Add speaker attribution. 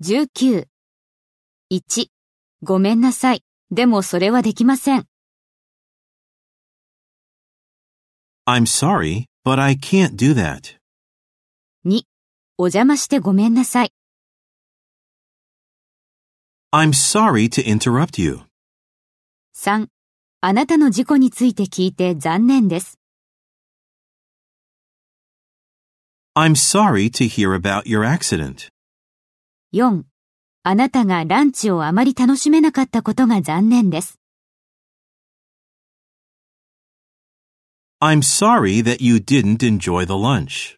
Speaker 1: 19。1、ごめんなさい。でもそれはできません。
Speaker 2: I'm sorry, but I can't do that.
Speaker 1: 2、お邪魔してごめんなさい。
Speaker 2: I'm sorry to interrupt you.
Speaker 1: 3、あなたの事故について聞いて残念です。
Speaker 2: I'm sorry to hear about your accident.
Speaker 1: 4、あなたがランチをあまり楽しめなかったことが残念です。
Speaker 2: I'm sorry that you didn't enjoy the lunch.